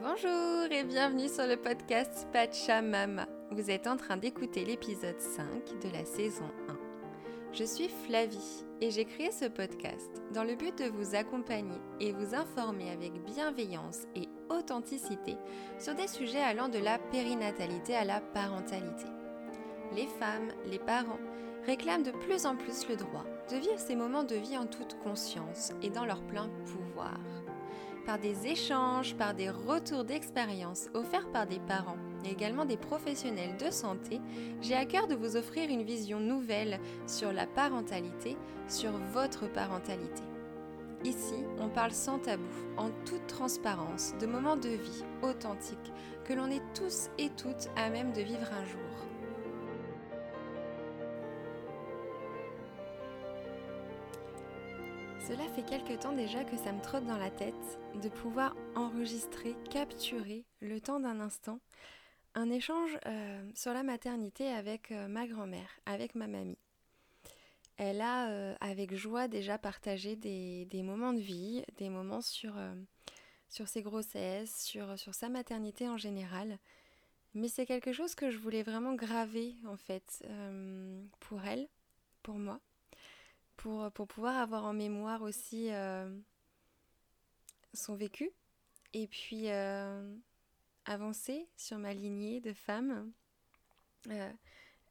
Bonjour et bienvenue sur le podcast Pachamama. Vous êtes en train d'écouter l'épisode 5 de la saison 1. Je suis Flavie et j'ai créé ce podcast dans le but de vous accompagner et vous informer avec bienveillance et authenticité sur des sujets allant de la périnatalité à la parentalité. Les femmes, les parents réclament de plus en plus le droit de vivre ces moments de vie en toute conscience et dans leur plein pouvoir par des échanges, par des retours d'expérience offerts par des parents et également des professionnels de santé, j'ai à cœur de vous offrir une vision nouvelle sur la parentalité, sur votre parentalité. Ici, on parle sans tabou, en toute transparence, de moments de vie authentiques que l'on est tous et toutes à même de vivre un jour. Cela fait quelque temps déjà que ça me trotte dans la tête de pouvoir enregistrer, capturer le temps d'un instant un échange euh, sur la maternité avec euh, ma grand-mère, avec ma mamie. Elle a euh, avec joie déjà partagé des, des, moments de vie, des moments sur, euh, sur ses grossesses, sur, sur sa maternité en général. Mais c'est quelque chose que je voulais vraiment graver en fait euh, pour elle, pour moi, pour, euh, pour, pouvoir avoir en mémoire aussi euh, son vécu et puis euh, avancer sur ma lignée de femmes. Euh,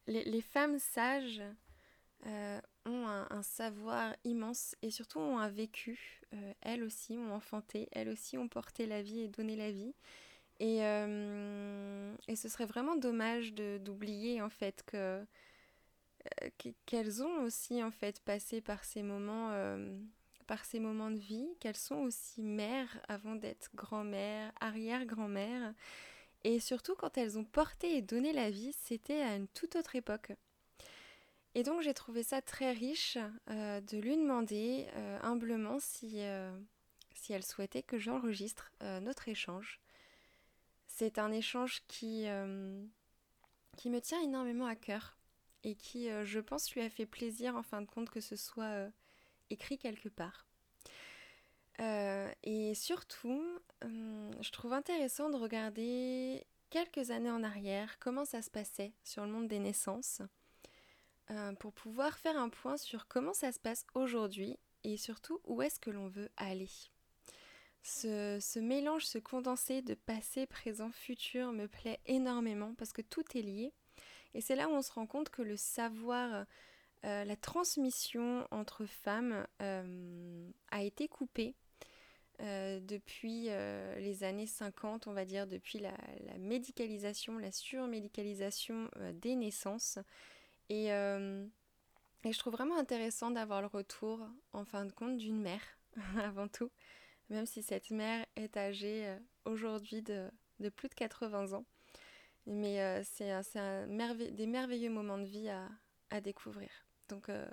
les, les, femmes sages euh, ont un, un, savoir immense et surtout ont un vécu. euh, elles aussi ont enfanté, elles aussi ont porté la vie et donné la vie. Et, euh, et ce serait vraiment dommage d'oublier en fait que qu'elles ont aussi en fait passé par ces moments euh, par ces moments de vie qu'elles sont aussi mères avant d'être grand-mère arrière-grand-mère et surtout quand elles ont porté et donné la vie c'était à une toute autre époque et donc j'ai trouvé ça très riche euh, de lui demander euh, humblement si euh, si elle souhaitait que j'enregistre euh, notre échange c'est un échange qui euh, qui me tient énormément à cœur et qui, euh, je pense, lui a fait plaisir en fin de compte que ce soit euh, écrit quelque part. Euh, et surtout, hum, je trouve intéressant de regarder quelques années en arrière comment ça se passait sur le monde des naissances euh, pour pouvoir faire un point sur comment ça se passe aujourd'hui et surtout où est-ce que l'on veut aller. Ce, ce, mélange, ce condensé de passé, présent, futur me plaît énormément parce que tout est lié. Et c'est là où on se rend compte que le savoir, euh, la transmission entre femmes euh, a été coupée euh, depuis euh, les années 50, on va dire, depuis la, la médicalisation, la surmédicalisation euh, des naissances. Et, et, je trouve vraiment intéressant d'avoir le retour, en fin de compte, d'une mère, avant tout, même si cette mère est âgée euh, aujourd'hui de, de plus de 80 ans. Mais euh, c'est merveille, des merveilleux moments de vie à, à découvrir. Donc euh,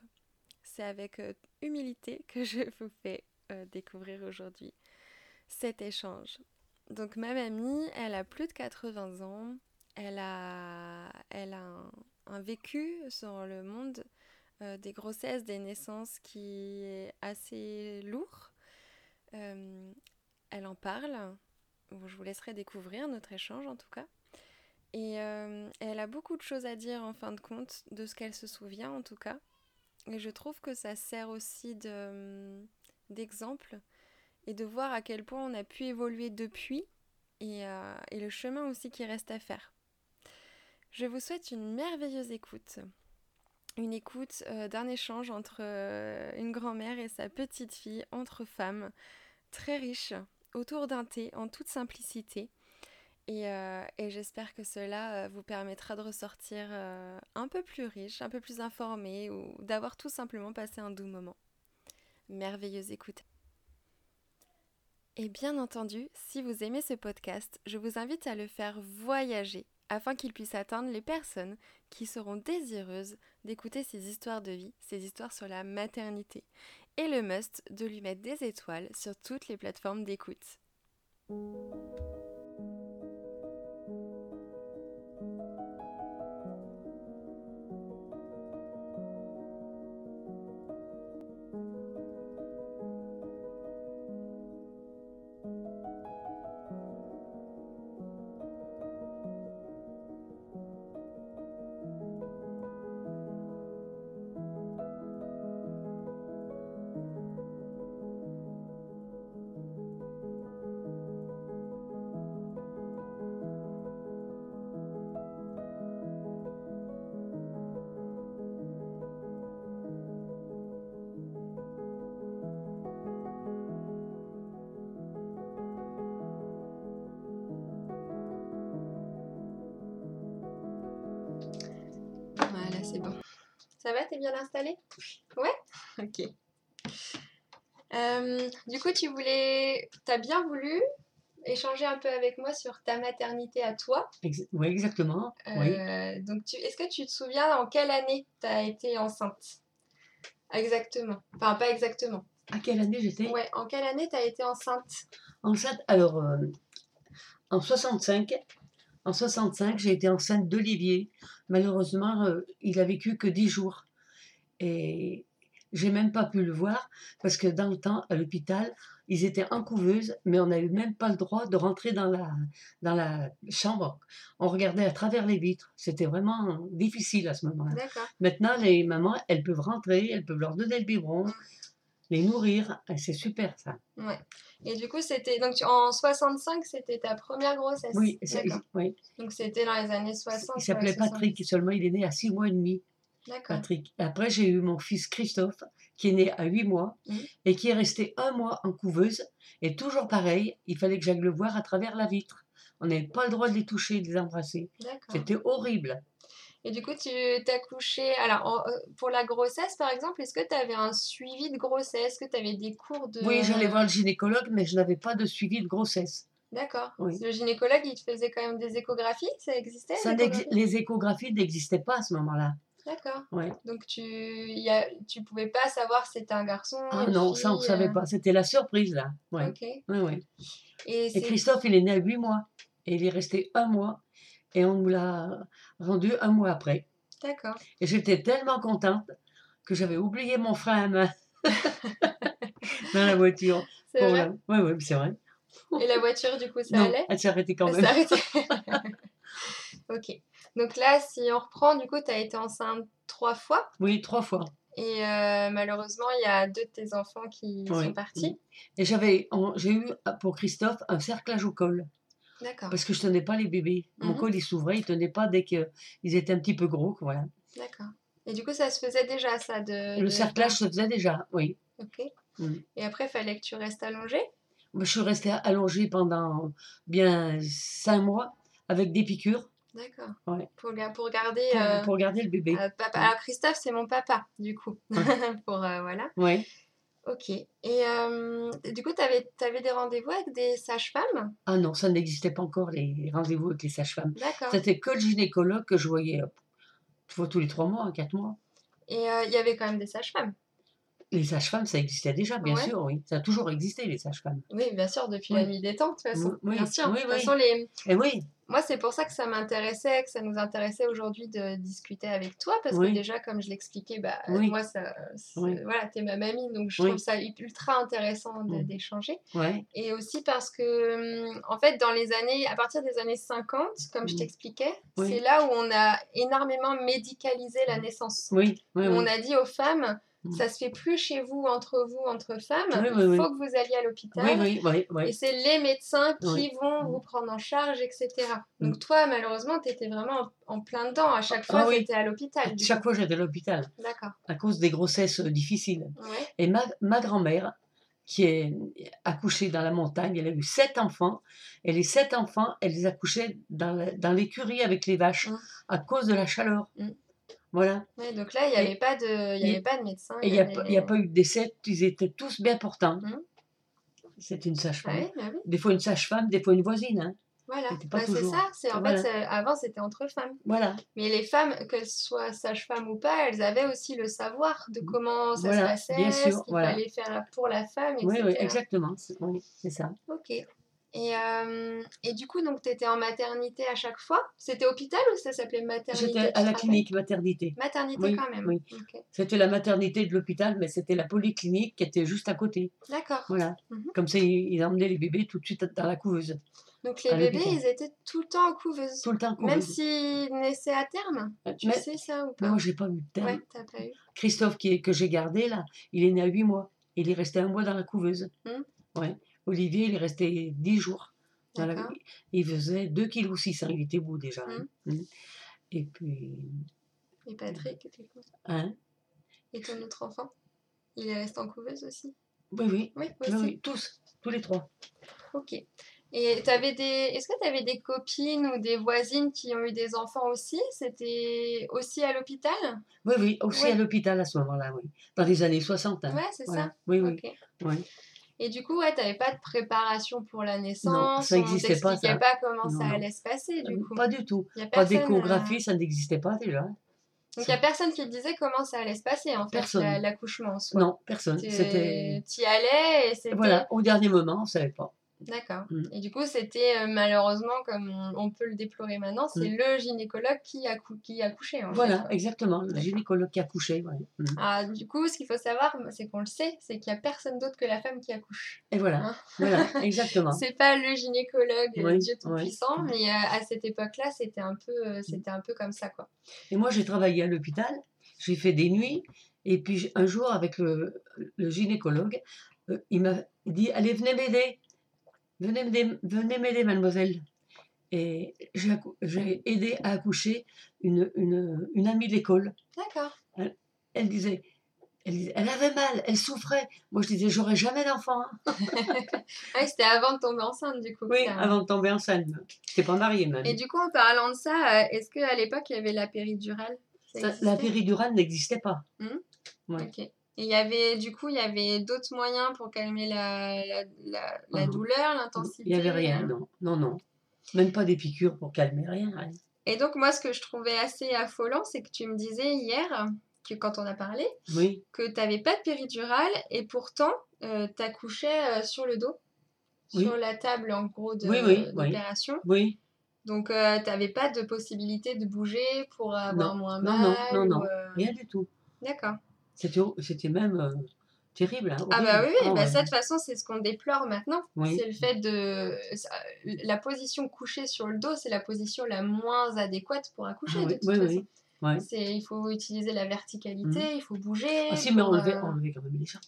c'est avec euh, humilité que je vous fais euh, découvrir aujourd'hui cet échange. Donc ma mamie, elle a plus de 80 ans. Elle a, elle a un, un vécu sur le monde euh, des grossesses, des naissances qui est assez lourd. Euh, elle en parle. Bon, je vous laisserai découvrir notre échange en tout cas. Et euh, elle a beaucoup de choses à dire en fin de compte, de ce qu'elle se souvient en tout cas. Et je trouve que ça sert aussi hum, d'exemple de, et de voir à quel point on a pu évoluer depuis et, euh, et le chemin aussi qui reste à faire. Je vous souhaite une merveilleuse écoute. Une écoute euh, d'un échange entre euh, une grand-mère et sa petite fille, entre femmes, très riche, autour d'un thé en toute simplicité. Et, euh, et j'espère que cela euh, vous permettra de ressortir euh, un peu plus riche, un peu plus informé ou d'avoir tout simplement passé un doux moment. Merveilleuse écoute. Et bien entendu, si vous aimez ce podcast, je vous invite à le faire voyager afin qu'il puisse atteindre les personnes qui seront désireuses d'écouter ces histoires de vie, ces histoires sur la maternité. Et le must de lui mettre des étoiles sur toutes les plateformes d'écoute. Ça va, t'es bien installée Ok. Euh, Du coup, tu voulais. T'as bien voulu échanger un peu avec moi sur ta maternité à toi. Ex- oui, exactement. Oui. Euh, donc, tu... est-ce que tu te souviens en quelle année t'as été enceinte Exactement. Enfin, pas exactement. À quelle année j'étais Ouais, en quelle année t'as été enceinte enceinte Alors, euh, en 65, en 65, j'ai été enceinte d'Olivier. Malheureusement, euh, il a vécu que 10 jours. Et j'ai même pas pu le voir parce que dans le temps, à l'hôpital, ils étaient en couveuse, mais on n'avait même pas le droit de rentrer dans la, dans la chambre. On regardait à travers les vitres. C'était vraiment difficile à ce moment-là. D'accord. Maintenant, les mamans, elles peuvent rentrer, elles peuvent leur donner le biberon, les nourrir. Ah, C'est super ça. Ouais. Et du coup, c'était. Donc, tu- en 65, c'était ta première grossesse. Oui, ça- D'accord. oui. Donc, c'était dans les années 60. il s'appelait ouais, 60. Patrick, seulement il est né à six mois et demi, D'accord. Patrick. Après, j'ai eu mon fils Christophe, qui est né à huit mois Mhm. et qui est resté un mois en couveuse. Et toujours pareil, il fallait que j'aille le voir à travers la vitre. On n'avait pas le droit de les toucher, de les embrasser. D'accord. C'était horrible. Et du coup, tu t'as couché. Alors, en- euh, pour la grossesse, par exemple, est-ce que tu avais un suivi de grossesse Est-ce que tu avais des cours de. Oui, j'allais voir le gynécologue, mais je n'avais pas de suivi de grossesse. D'accord. Oui. Le gynécologue, il te faisait quand même des échographies Ça existait Ça Eh, les n'exi- échographies les échographies n'existaient pas à ce moment-là. D'accord. Ouais. Donc, tu il y a... tu pouvais pas savoir si c'était un garçon. Ah une non, ça on ne fille, savait euh, pas. C'était la surprise là. Ouais. Ok. Et, Ouais, ouais. Et c'est- Christophe, il est né à 8 mois. Et il est resté un mois. Et on nous l'a rendu un mois après. D'accord. Et j'étais tellement contente que j'avais oublié mon frein à main dans la voiture. C'est Pour vrai. la- Ouais, ouais, c'est vrai. Et la voiture, du coup, ça Non, allait elle s'est arrêtée quand Elle même. s'est arrêtée. ok. Donc là, si on reprend, du coup, tu as été enceinte trois fois. Oui, trois fois. Et euh, malheureusement, il y a deux de tes enfants qui Oui. sont partis. Mmh. Et j'avais, on- j'ai eu pour Christophe un cerclage au col D'accord. parce que je tenais pas les bébés. Mon Mhm. col il s'ouvrait, il tenait pas dès qu'ils étaient un petit peu gros. Voilà. D'accord. Et du coup, ça se faisait déjà, ça, de... Le de- cerclage se faisait déjà, oui. Ok. Mhm. Et après, il fallait que tu restes allongée. Je suis restée allongée pendant bien cinq mois avec des piqûres. D'accord. Ouais. Pour, ga- pour garder... pour, euh, pour garder le bébé. euh, papa. Alors, Christophe, c'est mon papa, du coup. pour, euh, voilà. Ouais. Ok. Et euh, du coup, tu avais, des rendez-vous avec des sages-femmes Ah non, ça n'existait pas encore, les rendez-vous avec les sages-femmes. D'accord. C'était que le gynécologue que je voyais euh, tu vois, tous les trois mois, quatre mois. Et euh, il y avait quand même des sages-femmes. Les sages-femmes, ça existait déjà, bien Ouais. sûr, oui. Ça a toujours existé, les sages-femmes. Oui, bien sûr, depuis Oui. la nuit des temps, de toute façon. Oui, bien sûr. oui, de toute oui. façon, les... Et oui, moi, c'est pour ça que ça m'intéressait, que ça nous intéressait aujourd'hui de discuter avec toi, parce que Oui. déjà, comme je l'expliquais, bah, Oui. moi, ça, c'est- Oui. voilà, t'es ma mamie, donc je Oui. trouve ça ultra intéressant de- Mm. d'échanger. ouais. Et aussi parce que, hum, en fait, dans les années, à partir des années 50, comme je Mm. t'expliquais, Oui. c'est là où on a énormément médicalisé la naissance. oui, oui, où oui. on a dit aux femmes, Mm. ça se fait plus chez vous, entre vous, entre femmes, Oui, il oui, oui. faut que vous alliez à l'hôpital. Oui, oui, oui, oui. Et c'est les médecins qui Oui. vont Mm. vous prendre en charge, etc. Mm. Donc toi, malheureusement, tu étais vraiment en en plein dedans. À chaque Ah fois, oui. tu étais à l'hôpital. du Chaque coup. fois, j'étais à l'hôpital D'accord. à cause des grossesses euh, difficiles. Ouais. Et ma, ma grand-mère, qui est accouchée dans la montagne, elle a eu sept enfants. Et les sept enfants, elle les accouchait dans, la- dans l'écurie avec les vaches Mm. à cause de la chaleur. Mm. Voilà. Ouais, donc là, il n'y avait, pas de- il y il- avait pas de médecin. Et il n'y a, avait- pas- il y a pas eu de décès. Ils étaient tous bien portants. Mm. C'est une Ah sage-femme. oui, ah oui, Des fois une sage-femme, des fois une voisine. hein. Voilà. C'était pas Bah, c'est toujours. ça. C'est en Voilà. fait, c'est- avant, c'était entre femmes. Voilà. Mais les femmes, qu'elles soient sages-femmes ou pas, elles avaient aussi le savoir de comment ça Mmh. Voilà, se passait, bien ce sûr, qu'il voilà. fallait faire pour la femme, etc. Oui, oui, exactement. C'est- Oui, c'est ça. Ok. Et, euh, et du coup, donc, tu étais en maternité à chaque fois C'était hôpital ou ça s'appelait maternité J'étais tu à te la rappelles clinique maternité. Maternité Oui, quand même. oui. Ok. C'était la maternité de l'hôpital, mais c'était la polyclinique qui était juste à côté. D'accord. Voilà. Mhm. Comme ça, ils ils emmenaient les bébés tout de suite dans la couveuse. Donc, les À bébés, l'hôpital. ils étaient tout le temps en couveuse. Tout le temps Même couveuse. s'ils naissaient à terme Tu Mais- sais ça ou mais pas moi, j'ai pas vu de terme. Ouais, t'as pas eu. Christophe, qui est, que j'ai gardé là, il est né à 8 mois. Il est resté un mois dans la couveuse. Hum. Ouais. Olivier, il est resté 10 jours. dans la- D'accord. Il faisait 2,6 kg. Il était beau déjà. hein. Hum. Et puis, Et Patrick, du coup hein. Et ton autre enfant Il est resté en couveuse aussi oui, oui, Oui, oui, aussi. oui, tous, tous les trois. Ok. Et t'avais des... est-ce que tu avais des copines ou des voisines qui ont eu des enfants aussi C'était aussi à l'hôpital Oui, oui, aussi Ouais. à l'hôpital à ce moment-là, oui. Dans les années 60. hein. Ouais, c'est Voilà. ça. Oui, oui. Ok. ouais. Et du coup, ouais, t'avais pas de préparation pour la naissance ça on existait pas, t'expliquait ça. pas comment Non, ça non. allait se passer, du coup. Hum, Pas du tout. Y a Pas personne, d'échographie, ça n'existait pas déjà. euh, Donc, il n'y a personne qui te disait comment ça allait se passer, en fait, Personne. la- l'accouchement en soi. Non, personne. C'était. Tu y allais et c'était. Voilà, au dernier moment, on ne savait pas. D'accord. Mm. Et du coup, c'était euh, malheureusement, comme on, on peut le déplorer maintenant, c'est le gynécologue qui, accou qui accouchait. En fait, Mm. Voilà, quoi. exactement. Le D'accord. gynécologue qui a couché. ouais. Mm. Ah, du coup, ce qu'il faut savoir, c'est qu'on le sait, c'est qu'il n'y a personne d'autre que la femme qui accouche. Et voilà, Hein. voilà, exactement. C'est pas le gynécologue, euh, Hein. Oui, Dieu tout-puissant, oui. mais euh, à cette époque-là, c'était un peu, euh, c'était un peu comme ça, quoi. Et moi, j'ai travaillé à l'hôpital, j'ai fait des nuits, et puis j- un jour, avec le, le gynécologue, euh, il m'a dit Allez, venez m'aider, venez m'aider, venez m'aider, mademoiselle. Et j'ai accou- j'ai aidé à accoucher une, une, une amie de l'école. D'accord. Elle disait, elle disait- elle avait mal, elle souffrait. Moi, je disais J'aurai jamais d'enfant. hein. Ah, c'était avant de tomber enceinte, du coup. Oui, ça. avant de tomber enceinte. J'étais pas mariée, même. Et du coup, en parlant de ça, euh, est-ce qu'à l'époque, il y avait la péridurale Ça Ça- existait la péridurale n'existait pas. ouais. Ok. Et il y avait, du coup, il y avait d'autres moyens pour calmer la, la, la, la Mhm. douleur, Il l'intensité. n'y avait rien, euh. non. Non, non. Même pas des piqûres pour calmer, rien. rien. Et donc, moi, ce que je trouvais assez affolant, c'est que tu me disais hier, que quand on a parlé, Oui. que tu n'avais pas de péridurale et pourtant, euh, tu accouchais sur le dos, Oui. sur la table, en gros, de Oui, oui, oui. d'opération. Oui, Donc, euh, tu n'avais pas de possibilité de bouger pour avoir moins non, mal. non, non, ou, euh, rien du tout. D'accord. C'était, c'était même euh, terrible. hein, Ah bah oui, horrible. oui, Ah bah ouais. ça de toute façon c'est ce qu'on déplore maintenant. Oui. C'est le fait de... ça- La position couchée sur le dos, c'est la position la moins adéquate pour accoucher. Ah de oui, toute oui, façon. oui. ouais. C'est- Il faut utiliser la verticalité, il faut bouger. Ah si, mais on pour, levait, euh, on levait quand même les jambes.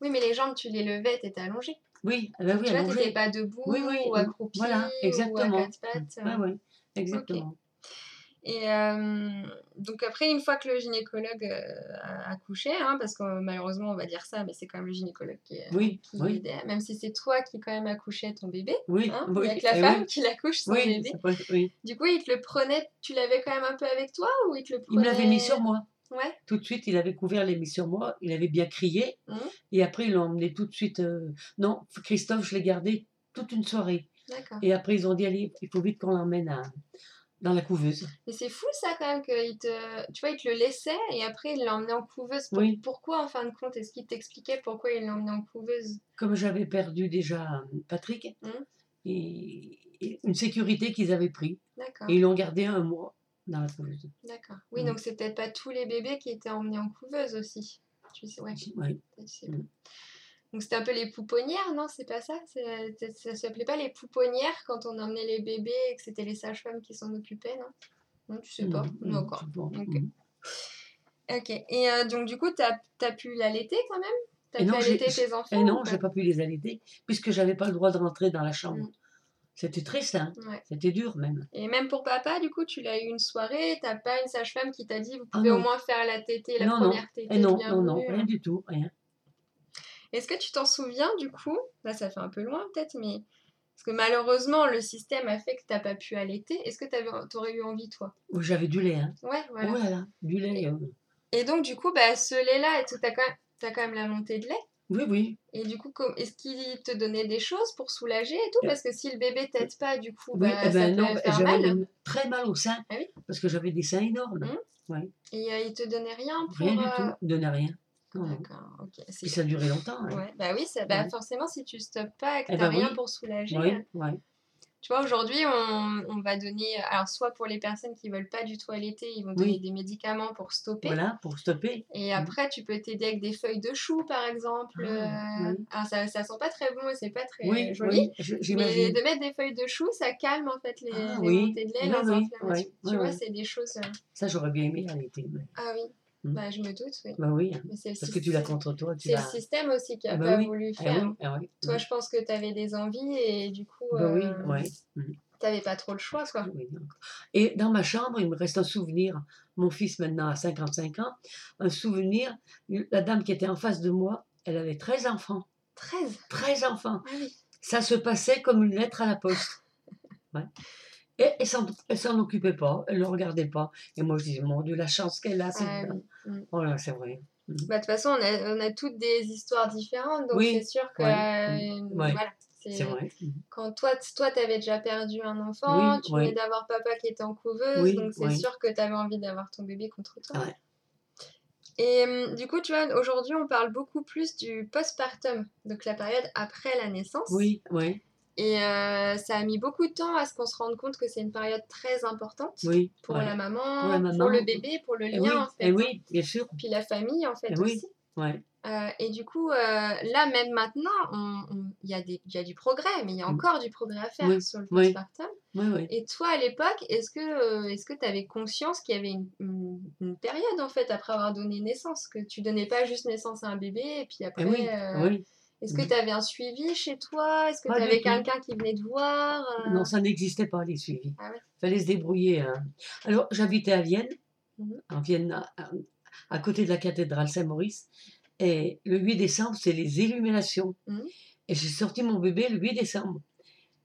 Oui, mais les jambes, tu les levais, t'étais allongée. Oui, ah bah oui, tu vois, allongé. t'étais pas debout Oui, oui, ou accroupie ou voilà, à exactement. quatre pattes. Ah ouais, exactement. Et euh, donc après, une fois que le gynécologue euh, a accouché, hein, parce que euh, malheureusement on va dire ça, mais c'est quand même le gynécologue qui, est- Oui, qui oui, aidait, même si c'est toi qui quand même accouchais ton bébé. oui, hein, oui. Il n'y a que la eh femme oui, qui l'accouche son Oui, bébé. c'est vrai, oui. Du coup, il te le prenait, tu l'avais quand même un peu avec toi ou il te le Il prenait me l'avait mis sur moi. Ouais, Tout de suite, il avait couvert les mis sur moi. Il avait bien crié. Mhm. Et après, il l'a emmené tout de suite. euh, Non, Christophe, je l'ai gardé toute une soirée. d'accord. Et après, ils ont dit, allez, il faut vite qu'on l'emmène à- dans la couveuse. Mais c'est fou ça quand même qu'il te. Tu vois, il te le laissait et après il l'emmenait en couveuse. Pour- Oui. Pourquoi en fin de compte Est-ce qu'il t'expliquait pourquoi il l'emmenait en couveuse comme j'avais perdu déjà euh, Patrick, Mhm. et, et une sécurité qu'ils avaient pris. D'accord, Et ils l'ont gardé un mois dans la couveuse. d'accord. Oui, Mm. donc c'est peut-être pas tous les bébés qui étaient emmenés en couveuse aussi. Tu sais, ouais, Ouais. peut-être, je sais Mm. pas. Donc c'était un peu les pouponnières, non C'est pas ça C'est- Ça ça s'appelait pas les pouponnières quand on emmenait les bébés et que c'était les sages-femmes qui s'en occupaient, non Non, tu sais pas. Mhm, mhm, D'accord. c'est bon, Ok. mhm. Ok, et euh, donc du coup, t'as as pu l'allaiter quand même T'as Et pu non, j'ai- allaiter j'ai- tes enfants Et ou non, pas j'ai pas pu les allaiter puisque j'avais pas le droit de rentrer dans la chambre. Mhm. C'était triste, hein Ouais. C'était dur même. Et même pour papa, du coup, tu l'as eu une soirée, t'as pas une sage-femme qui t'a dit vous Ah pouvez au non. moins faire la tétée, la Non, non. première tétée, Et non, non, bienvenue. non, rien du tout, rien. Est-ce que tu t'en souviens du coup Là, ça fait un peu loin peut-être, mais parce que malheureusement, le système a fait que t'as pas pu allaiter. Est-ce que t'avais- t'aurais eu envie toi Oh, J'avais du lait, hein Ouais, voilà. Oh là là, du lait. euh. Et donc du coup, bah, ce lait-là, est-ce que t'as quand même t'as quand même la montée de lait Oui, oui, Et du coup, com- est-ce qu'il te donnait des choses pour soulager et tout Euh, Parce que si le bébé t'aide pas, du coup, oui. bah, eh ça ben peut non, faire j'avais mal. même très mal au sein Ah oui parce que j'avais des seins énormes. Mhm. Et euh, il te donnait rien pour. Rien du euh, tout, donnait rien. Non, non. D'accord, ok. Puis C'est- ça durait longtemps. hein. Ouais, Bah oui, ça- bah Ouais. forcément, si tu stoppes pas et que Eh t'as ben rien oui. pour soulager. Oui, euh, oui. Tu vois, aujourd'hui, on, on va donner. Alors, soit pour les personnes qui veulent pas du tout allaiter, ils vont Oui. donner des médicaments pour stopper. Voilà, Mmh. pour stopper. Et après, tu peux t'aider avec des feuilles de chou, par exemple. Ah, euh, oui. Alors, ça, ça sent pas très bon et c'est pas très oui, Ben, joli. oui, je- Mais j'imagine. de mettre des feuilles de chou, ça calme en fait les, Ah, les oui. montées de lait, Oui, les oui, inflammations. ouais, tu ouais, vois, ouais. c'est des choses. euh, Ça, j'aurais bien aimé en été. mais- Ah oui, Mm. bah, je me doute, oui. Bah oui, hein, Mais c'est le, parce que syst- tu l'as contre toi, tu c'est le l'as. système aussi qui a Ah bah pas oui. voulu Ah faire. oui, ah oui. Toi, je pense que tu avais des envies et du coup, Bah oui, euh, ouais. t'avais pas trop le choix, quoi. Oui, donc. Et dans ma chambre, il me reste un souvenir. Mon fils, maintenant, a 55 ans. Un souvenir. La dame qui était en face de moi, elle avait 13 enfants. 13 13 enfants. Ah oui. Ça se passait comme une lettre à la poste. Ouais. Et elle s'en- elle s'en occupait pas, elle le regardait pas. Et moi, je disais, mon Dieu, la chance qu'elle a, c'est Ah oui. Oh là, c'est vrai. Bah, de toute façon, on a, on a toutes des histoires différentes, donc Oui. c'est sûr que. Ouais. euh, Ouais. Voilà. c'est- C'est vrai. Quand toi, t- toi, t'avais déjà perdu un enfant, Oui, tu ouais. venais d'avoir papa qui était en couveuse, Oui, donc c'est ouais. sûr que t'avais envie d'avoir ton bébé contre toi. Ouais. Et hum, du coup, tu vois, aujourd'hui, on parle beaucoup plus du postpartum, donc la période après la naissance. Oui, oui, Et euh, ça a mis beaucoup de temps à ce qu'on se rende compte que c'est une période très importante oui. pour, ouais. la maman, Pour pour la maman. le bébé, pour le Eh lien oui, en fait. hein. eh oui, bien sûr. Puis la famille en fait Eh oui. aussi. Ouais. Euh, et du coup, euh, là, même maintenant, on- on- il y, a des- il y a du progrès, mais il y a Mm. encore du progrès à faire Oui, sur le oui. postpartum. Oui, oui. Et toi, à l'époque, est-ce que tu avais conscience qu'il y avait une, une- une période, en fait, après avoir donné naissance Que tu donnais pas juste naissance à un bébé, et puis après, Eh oui, euh, oui. est-ce que Mm. tu avais un suivi chez toi Est-ce que Pas tu du avais tout. quelqu'un qui venait te voir euh, Non, ça n'existait pas, les suivis. Ah ouais. fallait se débrouiller. hein. Alors, j'habitais à Vienne, Mhm. en Vienne, à, à- à côté de la cathédrale Saint-Maurice. Et le 8 décembre, c'est les illuminations. Mhm. Et j'ai sorti mon bébé le 8 décembre.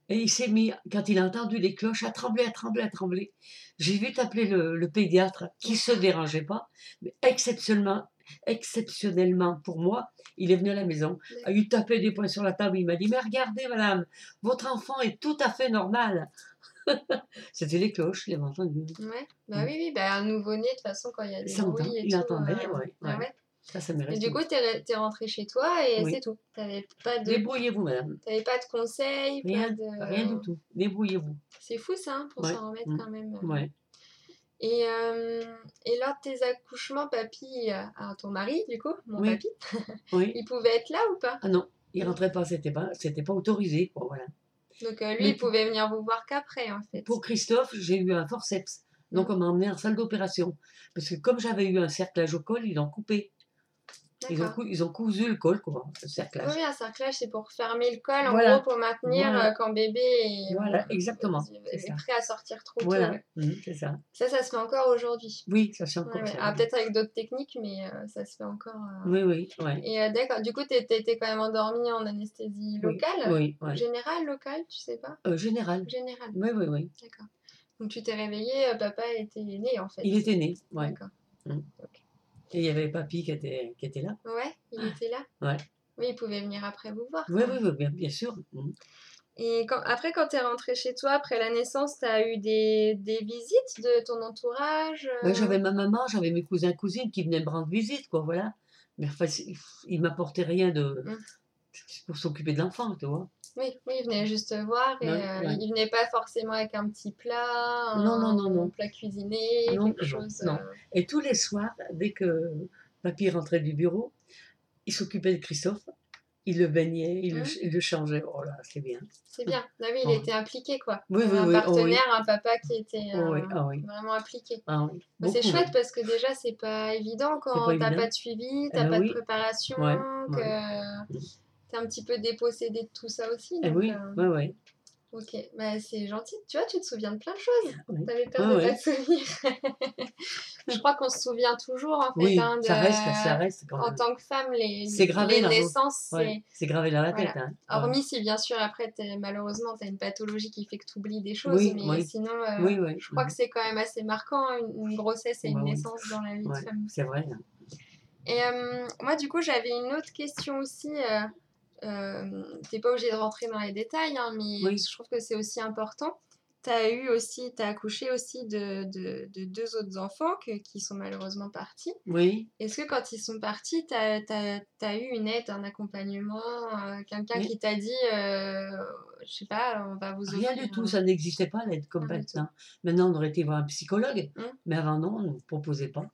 Et il s'est mis, quand il a entendu les cloches, à trembler, à trembler, à trembler. J'ai vu appeler le, le pédiatre qui se dérangeait pas, mais exceptionnellement, exceptionnellement pour moi, il est venu à la maison. D'accord. Il tapait des poings sur la table. Il m'a dit Mais regardez, madame, votre enfant est tout à fait normal. C'était les cloches, les enfants. Ouais. Bah oui, oui, bah, un nouveau-né, de toute façon, quand il y a des Ça entend- bruits et il tout, entendait, euh, ouais, ah ouais. ouais. Ça, ça m'est Et resté. du coup, t'es es rentrée chez toi et Oui. c'est tout. T'avais pas de Débrouillez-vous, madame. T'avais pas de conseils, Rien, pas de. Rien du tout. Débrouillez-vous. C'est fou ça, hein, pour Ouais. s'en remettre Mm. quand même. Ouais. Et, euh, et lors de tes accouchements, papy, euh, alors ton mari du coup, mon Oui. papy, Oui. il pouvait être là ou pas Ah non, il rentrait pas. C'était pas, c'était pas autorisé. quoi, voilà. Donc euh, lui, Mais il tu- pouvait venir vous voir qu'après en fait. Pour Christophe, j'ai eu un forceps. Donc, Hum. on m'a emmené en salle d'opération. Parce que comme j'avais eu un cerclage au col, ils l'ont coupé. Ils ont, D'accord. cou- ils ont cousu le col, quoi, le cerclage. Oui, un cerclage, c'est pour fermer le col en Voilà. gros pour maintenir Voilà. euh, quand bébé est, Voilà, exactement. est- C'est est ça. prêt à sortir trop tôt. Voilà, ouais. Mhm, c'est ça. Ça, ça se fait encore aujourd'hui. Oui, ça c'est Ouais, encore ouais. ça. Ah, peut-être avec d'autres techniques, mais euh, ça se fait encore. euh, Oui, oui, ouais. Et euh, d'accord, du coup, t'es- t'étais quand même endormie en anesthésie locale Oui, ouais. Générale, locale, tu sais pas Euh, général. Générale, Oui, oui, oui. d'accord. Donc tu t'es réveillée, euh, papa était né en fait. Il était né, ouais. D'accord. Et il y avait papy qui était, qui était là. Ouais, il était là Ouais. Oui, il pouvait venir après vous voir. Oui, quand oui, même. oui, bien, bien sûr. Mhm. Et quand, après, quand t'es rentrée chez toi, après la naissance, t'as eu des, des visites de ton entourage euh, Ouais, j'avais ma maman, j'avais mes cousins, cousines qui venaient me rendre visite, quoi, voilà. Mais enfin, c'est- ils m'apportaient rien de. Mhm. c'est Pour s'occuper de l'enfant, tu vois. Oui, oui, il venait juste te voir et Ouais, euh, ouais. il venait pas forcément avec un petit plat, Non, un non, non, non. plat cuisiné, Non, quelque non, chose. non. euh, Et tous les soirs, dès que papy rentrait du bureau, il s'occupait de Christophe. Il le baignait, il, Mhm. le, il le changeait. Oh là, c'est bien. C'est bien. Ah oui, il Ouais. était impliqué, quoi. Oui, Comme oui, un oui, oh oui. partenaire, un papa qui était Oh oui, euh, ah oui. vraiment impliqué. Ah oui, Bah, c'est beaucoup, ouais. chouette parce que déjà, c'est pas évident quand pas t'as évident. pas de suivi, t'as ben pas de oui. préparation, Ouais, que ouais. t'es un petit peu dépossédé de tout ça aussi. Eh donc, oui, euh, ouais, ouais. Ok, bah, c'est gentil. Tu vois, tu te souviens de plein de choses. Oui. T'avais peur Ouais, de pas ouais. te souvenir. Je crois qu'on se souvient toujours, en fait, Oui, hein, de- ça reste, ça reste quand En même. tant que femme, les, C'est gravé les dans nos- naissances, c'est... Ouais, c'est gravé dans la Voilà. tête. hein. Ouais. Hormis si, bien sûr, après, t'es- malheureusement, tu as une pathologie qui fait que tu oublies des choses, Oui, mais oui. sinon, euh, Oui, oui. je crois que c'est quand même assez marquant, hein, une, une grossesse et une Ouais, ouais. naissance dans la vie Ouais. de femme. C'est vrai. hein. Et euh, moi, du coup, j'avais une autre question aussi. Euh, euh, t'es pas obligé de rentrer dans les détails, hein, mais Oui. je trouve que c'est aussi important. T'as eu aussi, t'as accouché aussi de, de- de deux autres enfants que- qui sont malheureusement partis. Oui. Est-ce que quand ils sont partis, tu as, eu une aide, un accompagnement, euh, quelqu'un Oui. qui t'a dit, euh, je sais pas, on va vous offrir. Rien du tout, un- Ah ça n'existait pas l'aide comme Rien du maintenant. Maintenant, on aurait été voir un psychologue, Hum. mais avant, non, on ne nous proposait pas.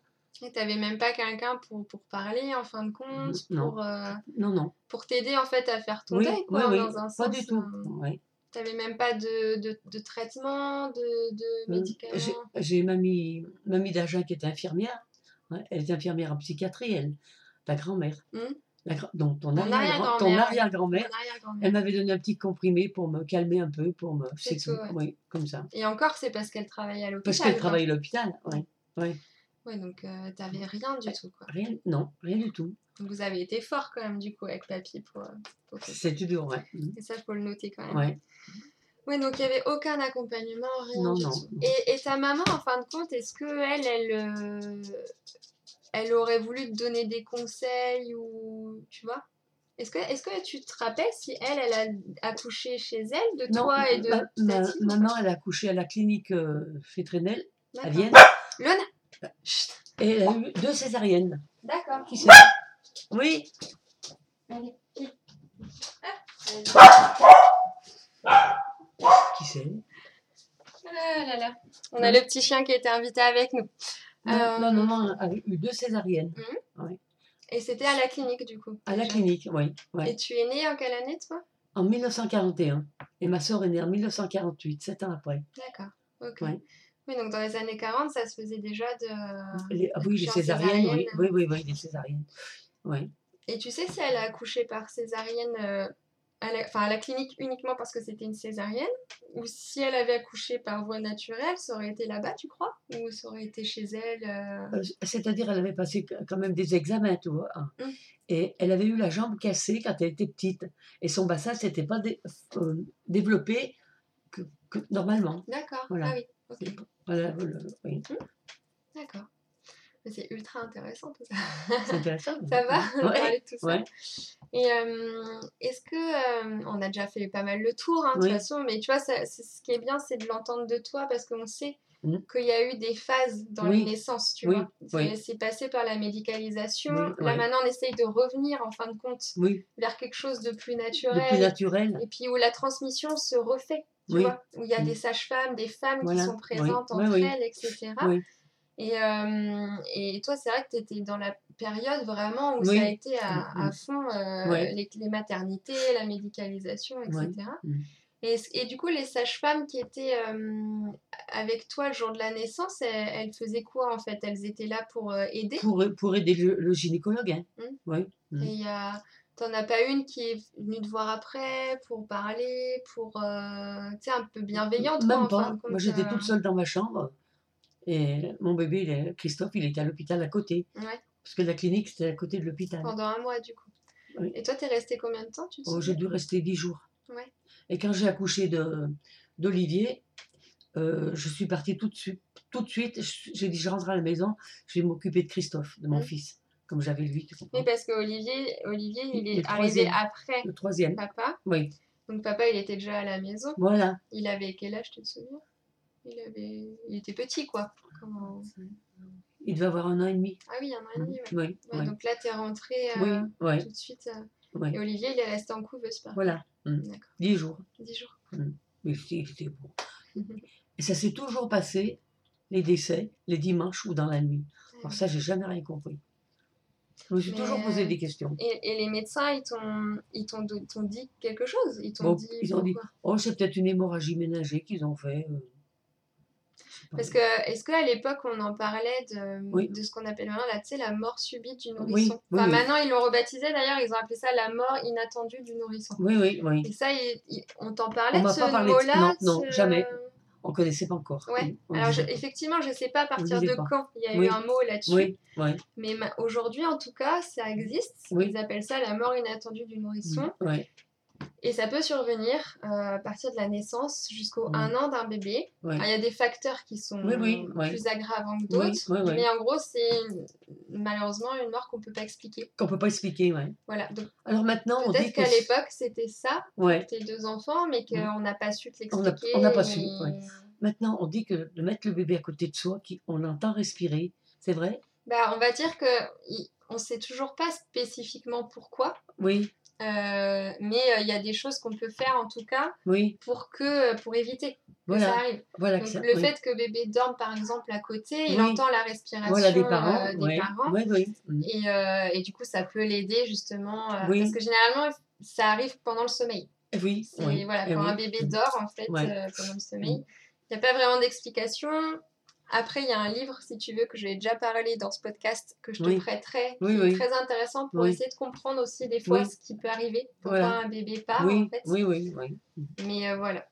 Et t'avais même pas quelqu'un pour, pour parler en fin de compte, Non. pour, euh, Non, non. pour t'aider en fait à faire ton oui, deuil, oui, quoi, oui. dans un pas sens. du tout. euh, Ouais. T'avais même pas de, de, de traitement, de, de Hum. médicaments. J'ai- J'ai mamie, mamie d'Agen qui était infirmière. Ouais, Elle était infirmière en psychiatrie, elle. Ta grand-mère. Hum. La gra- Donc, ton Mon arrière-grand- ton arrière-grand-mère, ouais. arrière-grand-mère. Mon arrière-grand-mère. Elle m'avait donné un petit comprimé pour me calmer un peu, pour me. C'est tout, ouais. Oui, comme ça. Et encore, c'est parce qu'elle travaillait à l'hôpital. Parce qu'elle quoi. travaillait à l'hôpital. ouais. Ouais, donc euh, t'avais rien du tout, quoi. Rien, non, rien du tout. Donc vous avez été fort quand même, du coup, avec papy pour. euh, pour que- C'était dur, ouais. Mhm. Et ça, faut le noter quand même. Ouais. Oui, donc il n'y avait aucun accompagnement, rien Non, du non. tout. Et, et ta maman, en fin de compte, est-ce que elle, elle, euh, elle aurait voulu te donner des conseils ou tu vois Est-ce que, est-ce que tu te rappelles si elle, elle a, a touché chez elle de Non, toi et de ma- ma- ta fille maman, elle a couché à la clinique euh, Fétrenel, à D'accord. Vienne, Lona Chut, et elle a eu deux césariennes. D'accord. Qui c'est Oui, Ah qui c'est Ah là là. On a le petit chien qui était invité avec nous. Euh, Non, non, maman a eu deux césariennes Et c'était à la clinique, du coup. à la déjà. clinique, oui. ouais. Et tu es née en quelle année, toi En 1941. Et ma soeur est née en 1948, sept ans après. D'accord, ok. Ouais. Oui, donc dans les années 40, ça se faisait déjà de... Les- ah oui, les Genre césariennes, oui, césarienne. hein. oui, oui, oui, les césariennes. Oui. Et tu sais si elle a accouché par césarienne, euh, à la... enfin à la clinique uniquement parce que c'était une césarienne, ou si elle avait accouché par voie naturelle, ça aurait été là-bas, tu crois Ou ça aurait été chez elle euh, Euh, C'est-à-dire, elle avait passé qu- quand même des examens, tu vois. hein. Mm. Et elle avait eu la jambe cassée quand elle était petite. Et son bassin s'était pas dé- euh, développé que, que normalement. D'accord, Voilà. ah oui, ok, Voilà, le- oui. d'accord. Mais C'est ultra intéressant tout ça. C'est intéressant. Ça va On Ouais. parlait de tout ça. ouais. Et euh, est-ce que euh, on a déjà fait pas mal le tour hein, de Oui. toute façon, mais tu vois, ça- c'est- ce qui est bien, c'est de l'entendre de toi parce qu'on sait Mm. qu'il y a eu des phases dans Oui. les naissances, tu Oui, vois. C'est- oui. C'est passé par la médicalisation. Oui, Là ouais. maintenant, on essaye de revenir en fin de compte Oui, vers quelque chose de plus le naturel. plus naturel. Et puis où la transmission se refait, tu Oui. vois, où il y a Mm. des sages-femmes, des femmes Voilà, qui sont oui, présentes oui, entre oui. elles, etc. Oui. Et, euh, et toi, c'est vrai que tu étais dans la période vraiment où Oui. ça a été à, à Mm. fond, euh, Ouais. les, les maternités, la médicalisation, etc. Mm. Et, s- et du coup, les sages-femmes qui étaient euh, avec toi le jour de la naissance, elles, elles faisaient quoi en fait Elles étaient là pour euh, aider. Pour, pour aider le, le gynécologue. Hein. Mm. Et euh, t'en as pas une qui est venue te voir après pour parler, pour. euh, tu sais, un peu bienveillante. quoi, Même en fin pas. de compte, Moi, j'étais euh, toute seule dans ma chambre. Et mon bébé, il est- Christophe, il était à l'hôpital à côté. Ouais. Parce que la clinique, c'était à côté de l'hôpital. Pendant un mois, du coup. Oui. Et toi, t'es restée combien de temps tu te Oh, souviens j'ai dû rester dix jours. Ouais. Et quand j'ai accouché de- d'Olivier, euh, je suis partie tout de suite. Tout de suite, je- j'ai dit, je rentre à la maison, je vais m'occuper de Christophe, de mon Mm. fils, comme j'avais lui, tu comprends. Oui, parce que Olivier, Olivier il Le est arrivé troisième. après Le troisième, papa. oui. Donc papa, il était déjà à la maison. Voilà. Il avait quel âge, tu te souviens il, avait... il était petit, quoi. Comment- Il devait avoir un an et demi. Ah oui, un an et demi. ouais. Oui, Ouais, oui, Donc là, t'es rentrée Mm. oui, euh, oui, tout de suite. euh, oui. Et Olivier, il est resté en couveuse, par Voilà, D'accord, dix jours. 10 jours. Mais c'était- il était beau. Et ça s'est toujours passé, les décès, les dimanches ou dans la nuit. Alors ça, j'ai jamais rien compris. Je me suis Mais, toujours posé euh, des questions. Et, et les médecins, ils t'ont, ils t'ont, do- t'ont dit quelque chose Ils t'ont Bon, dit ils ont dit- pourquoi Oh, c'est peut-être une hémorragie ménagée qu'ils ont fait. euh, je sais pas. Parce que, est-ce qu'à l'époque, on en parlait de, Oui. de ce qu'on appelle maintenant la, tu sais, la mort subite du Oui, nourrisson oui, Enfin, oui. Maintenant, ils l'ont rebaptisé d'ailleurs, ils ont appelé ça la mort inattendue du nourrisson. Oui, oui, oui. Et ça, il- il- on t'en parlait On de m'a ce pas parlé de- mot-là non, non, ce- jamais. On connaissait pas encore. Ouais. Oui, on Alors, je- disait pas. effectivement, je sais pas à partir disait de pas. quand il y a eu Oui. un mot là-dessus. Oui, oui, Mais ma- aujourd'hui, en tout cas, ça existe. Oui. Ils appellent ça la mort inattendue du nourrisson. oui, Et ça peut survenir euh, à partir de la naissance jusqu'au Mm. 1 an d'un bébé. oui. Alors, Il y a des facteurs qui sont Oui, oui, ouais. plus aggravants que Oui, d'autres. oui, oui. Mais en gros, c'est une- malheureusement une mort qu'on peut pas expliquer. Qu'on peut pas expliquer, oui. Voilà. Donc Alors maintenant, on dit peut-être que... qu'à l'époque, c'était ça, Ouais. tes deux enfants, mais qu'on n'a pas su te On l'expliquer. n'a- on n'a pas su, et- ouais. Maintenant, on dit que de mettre le bébé à côté de soi, qui- on l'entend respirer. C'est vrai Bah, on va dire que i- on sait toujours pas spécifiquement pourquoi, Oui, euh, mais euh, il y a des choses qu'on peut faire en tout cas oui. pour que pour éviter que ça Voilà, arrive. voilà. Donc, que ça- le oui. fait que bébé dorme par exemple à côté, il Oui. entend la respiration Voilà, des euh, parents. des ouais. parents, Oui, oui. Mm. Et, euh, et du coup ça peut l'aider justement euh, Oui. parce que généralement ça arrive pendant le sommeil. Oui, C'est- oui. voilà, eh quand oui. un bébé dort en fait Ouais. euh, pendant le sommeil, il n'y a pas vraiment d'explication. Après, il y a un livre, si tu veux, que j'ai déjà parlé dans ce podcast, que je te Oui. prêterai, Oui, qui oui. est très intéressant pour Oui. essayer de comprendre aussi des fois Oui. ce qui peut arriver, pourquoi Voilà. un bébé part oui, en fait. oui, oui, oui. Mais euh, voilà.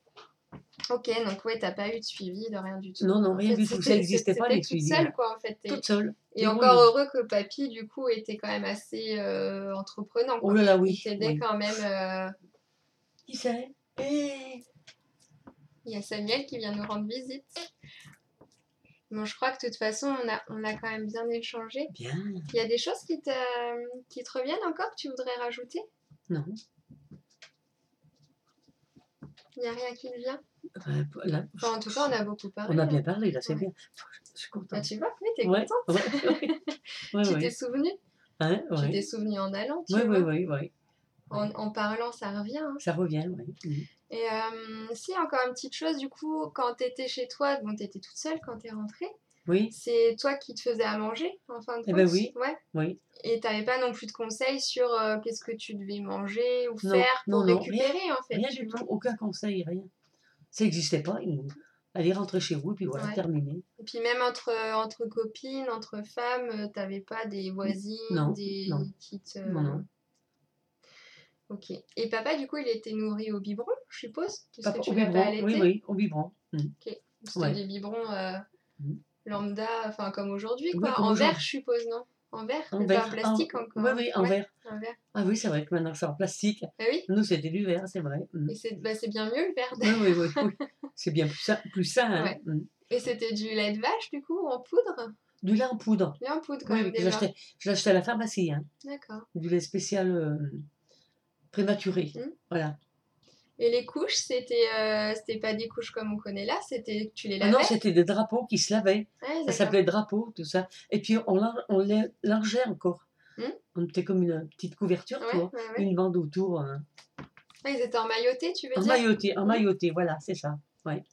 Ok, donc ouais, t'as pas eu de suivi, de rien du tout. Non, non, En rien fait, du tout, ça c'était- existait pas, c'était les toute suivis, là. seule, quoi, en fait. Et, toute seule. et déroulée. encore heureux que papy, du coup, était quand même assez euh, entreprenant. Oh Quoi. là là, Il oui. t'aidait oui. quand même. euh, Il fait. Eh, Il y a Samuel qui vient nous rendre visite. Bon, je crois que de toute façon, on a, on a quand même bien échangé. Bien. Il y a des choses qui te, qui te reviennent encore que tu voudrais rajouter Non. Il n'y a rien qui me vient Euh, là, Enfin, En tout cas, on a beaucoup parlé. on a là. bien parlé, là, c'est Ouais. bien. Je suis Bah, contente. tu vois, oui, t'es ouais, contente. ouais, ouais, ouais, tu t'es ouais. souvenu. Hein, Tu t'es ouais. souvenu en allant, tu Oui, vois. oui, oui, oui. En, en parlant, ça revient. hein. Ça revient, Mm. oui. Et euh, si, encore une petite chose, du coup, quand t'étais chez toi, bon, t'étais toute seule quand t'es rentrée, Oui, c'est toi qui te faisais à manger, en fin de compte. Eh ben oui. Ouais. oui. Et t'avais pas non plus de conseils sur euh, qu'est-ce que tu devais manger ou Non, faire pour non, non, récupérer, en fait. Rien tu du vois. tout, aucun conseil, rien. Ça n'existait pas. Il... Allez rentrer chez vous, puis voilà, Ouais. terminé. Et puis même entre, entre copines, entre femmes, euh, t'avais pas des voisines, Non, des non. petites... Non, non. Ok. Et papa, du coup, il était nourri au biberon, je suppose Parce Papa- que tu au l'as pas biberon, allaité oui, oui, au biberon. Mm. C'était Ouais. des biberons euh, Mhm. lambda, enfin comme aujourd'hui, Oui, quoi. comme en verre, aujourd'hui. je suppose, non En verre En Pas verre, En plastique en- encore hein. Oui, oui, en Ouais, verre. en verre. Ah oui, c'est vrai que maintenant c'est en plastique. Ah oui Nous, c'était du verre, c'est vrai. Mm. Et c'est bah, c'est bien mieux le verre. Oui, oui, oui. oui. C'est bien plus sain. Plus sain hein. Ouais. Mm. Et c'était du lait de vache, du coup, en poudre Du lait en poudre. Bien en poudre quand Oui, même, oui, que déjà. j'achetais je l'achetais à la pharmacie. hein. D'accord. Du lait spécial euh, prématuré. Mm. Voilà. Et les couches, c'était euh, c'était pas des couches comme on connaît là, c'était tu les Ah lavais non, c'était des drapeaux qui se lavaient. Ouais, Ça d'accord. s'appelait drapeau, tout ça. Et puis, on, lar- on les largeait encore. Mm. On mettait comme une petite couverture, tu Ouais, vois. ouais, ouais. Une bande autour. hein. Ah, ils étaient emmaillotés, tu veux En dire mailloté, en mailloté, voilà, c'est ça.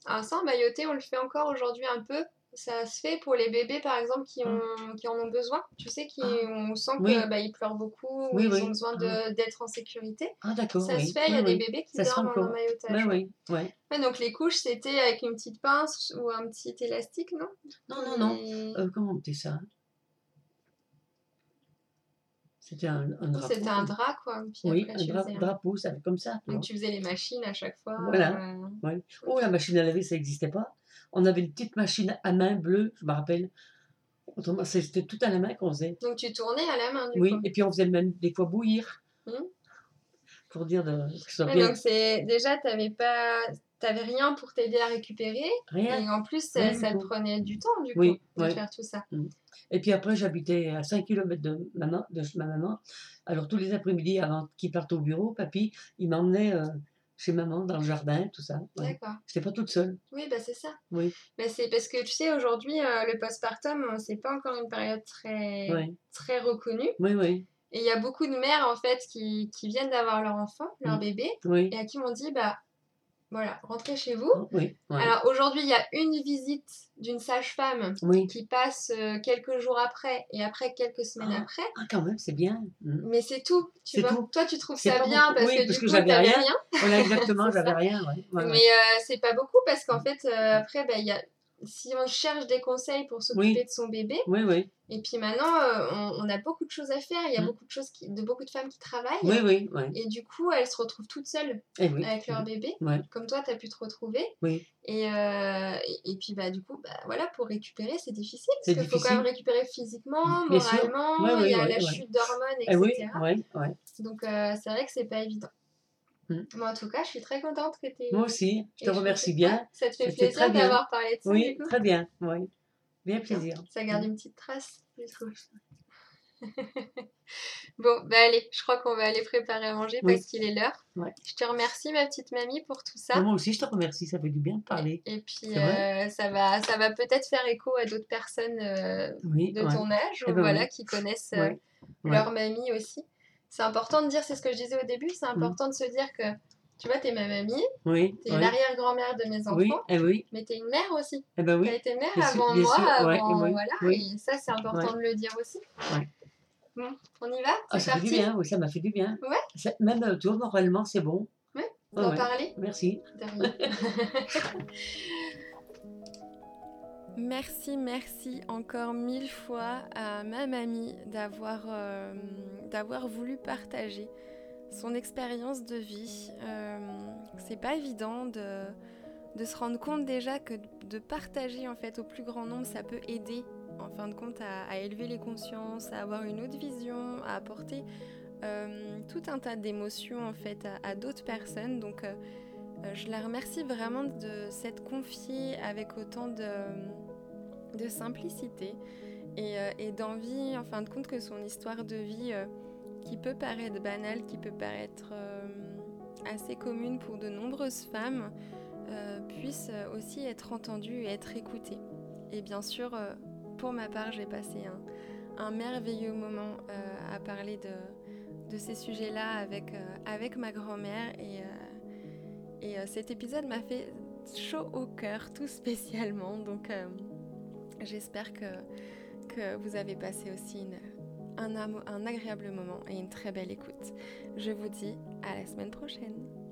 Alors ça, emmailloté, on le fait encore aujourd'hui un peu. Ça se fait pour les bébés, par exemple, qui, ont, qui en ont besoin. Tu sais, qui, Ah. on sent Oui. qu'ils bah, ils pleurent beaucoup, ou Oui, ils oui. ont besoin de- d'être en sécurité. Ah, d'accord. ça oui. se fait, il y a Oui, des oui. bébés qui Ça se fait dorment en encore. emmaillotage. Oui, ouais. oui, oui. Ouais, donc les couches, c'était avec une petite pince ou un petit élastique, non Non, non, non. Et- Euh, comment on mettait ça C'était un, un drapeau. C'était un drap, quoi. Puis Oui, après, hein. un tu dra- faisais un- drapeau, ça, comme ça. tu vois. Donc tu faisais les machines à chaque fois. Voilà. euh, Oh, la machine à laver, ça n'existait pas. On avait une petite machine à main bleue, je me rappelle. Autrement, C'était tout à la main qu'on faisait. Donc tu tournais à la main, du Oui, coup. et puis on faisait même des fois bouillir. Hum. Pour dire de, que ce soit Ouais, Ah, bien. donc c'est déjà, t'avais pas... T'avais rien pour t'aider à récupérer. Rien. Et en plus, Rien ça, du ça te tout. prenait du temps, du coup, Oui, de ouais. faire tout ça. Et puis après, j'habitais à 5 km de, maman, de chez ma maman. Alors tous les après-midi, avant qu'il parte au bureau, papy, il m'emmenait euh, chez maman dans le jardin, tout ça. Ouais. D'accord. J'étais pas toute seule. Oui, bah c'est ça. Oui. Bah, c'est parce que, tu sais, aujourd'hui, euh, le postpartum, euh, c'est pas encore une période très, Oui, très reconnue. oui, oui. Et il y a beaucoup de mères, en fait, qui, qui viennent d'avoir leur enfant, leur Mm. bébé, oui. Oh, et à qui on dit, bah, voilà, rentrez chez vous. Oui, ouais. Alors, aujourd'hui, il y a une visite d'une sage-femme oui. qui passe euh, quelques jours après et après quelques semaines Ah. après. Ah, quand même, c'est bien. Mm. Mais c'est tout, tu C'est vois. tout. Toi, tu trouves C'est ça pas bien beaucoup. parce Oui, que parce du que coup, j'avais t'avais rien. rien. Voilà, exactement, C'est ça. j'avais rien. ouais, ouais, ouais. Mais euh, c'est pas beaucoup parce qu'en fait, euh, après, bah, il y a... si on cherche des conseils pour s'occuper de son bébé, Oui, oui, et puis maintenant, euh, on, on a beaucoup de choses à faire. Il y a Mm. beaucoup de choses qui... de beaucoup de femmes qui travaillent. oui, oui, ouais. Et du coup, elles se retrouvent toutes seules Eh oui. avec leur bébé, Ouais. comme toi, tu as pu te retrouver. Oui. Et, euh, et, et puis, bah, du coup, bah, voilà, pour récupérer, c'est difficile. Parce C'est qu'il faut quand même récupérer physiquement, Bien sûr. moralement, Ouais, ouais, il y a ouais, la ouais. chute d'hormones, etc. Eh oui, ouais, ouais. Donc, euh, c'est vrai que c'est pas évident. Mm. Mais en tout cas, je suis très contente que tu Moi aussi, je te remercie bien. Ça te fait C'était très plaisir bien. d'avoir parlé de ça, Oui, du coup très bien, oui. Bien plaisir. Ça garde une petite trace, du coup. bon, bah allez, je crois qu'on va aller préparer à manger Oui. parce qu'il est l'heure. Ouais. Je te remercie, ma petite mamie, pour tout ça. Mais Moi aussi, je te remercie, ça fait du bien de parler. Et puis, C'est vrai. euh, ça va, ça va peut-être faire écho à d'autres personnes euh, Oui, de ouais. ton âge Eh ou ben voilà, oui. qui connaissent euh, Ouais. Ouais. leur mamie aussi. C'est important de dire, c'est ce que je disais au début, c'est Mm. important de se dire que, tu vois, t'es ma mamie, oui, t'es oui. l'arrière-grand-mère de mes enfants, Oui, eh oui, mais t'es une mère aussi. eh ben T'as oui, été mère Bien sûr, avant bien moi, sûr, ouais, avant, et oui, voilà, oui. et ça c'est important de le dire aussi. Ouais. Bon, on y va C'est ah, ça fait parti du bien, oui, ça m'a fait du bien. Ouais. Ça- Même euh, toi, moralement, c'est bon. d'en Ouais. parler Merci. De rien. Merci, merci encore mille fois à ma mamie d'avoir euh, d'avoir voulu partager son expérience de vie. Euh, c'est pas évident de, de se rendre compte déjà que de partager en fait au plus grand nombre, ça peut aider en fin de compte à, à élever les consciences, à avoir une autre vision, à apporter euh, tout un tas d'émotions en fait à, à d'autres personnes. Donc euh, je la remercie vraiment de s'être confiée avec autant de, de simplicité et, euh, et d'envie en fin de compte que son histoire de vie euh, qui peut paraître banale, qui peut paraître euh, assez commune pour de nombreuses femmes, euh, puisse aussi être entendue et être écoutée. Et bien sûr, euh, pour ma part, j'ai passé un, un merveilleux moment euh, à parler de, de ces sujets-là avec, euh, avec ma grand-mère et, euh, et cet épisode m'a fait chaud au cœur tout spécialement. Donc euh, j'espère que, que vous avez passé aussi une, un, un agréable moment et une très belle écoute. Je vous dis à la semaine prochaine.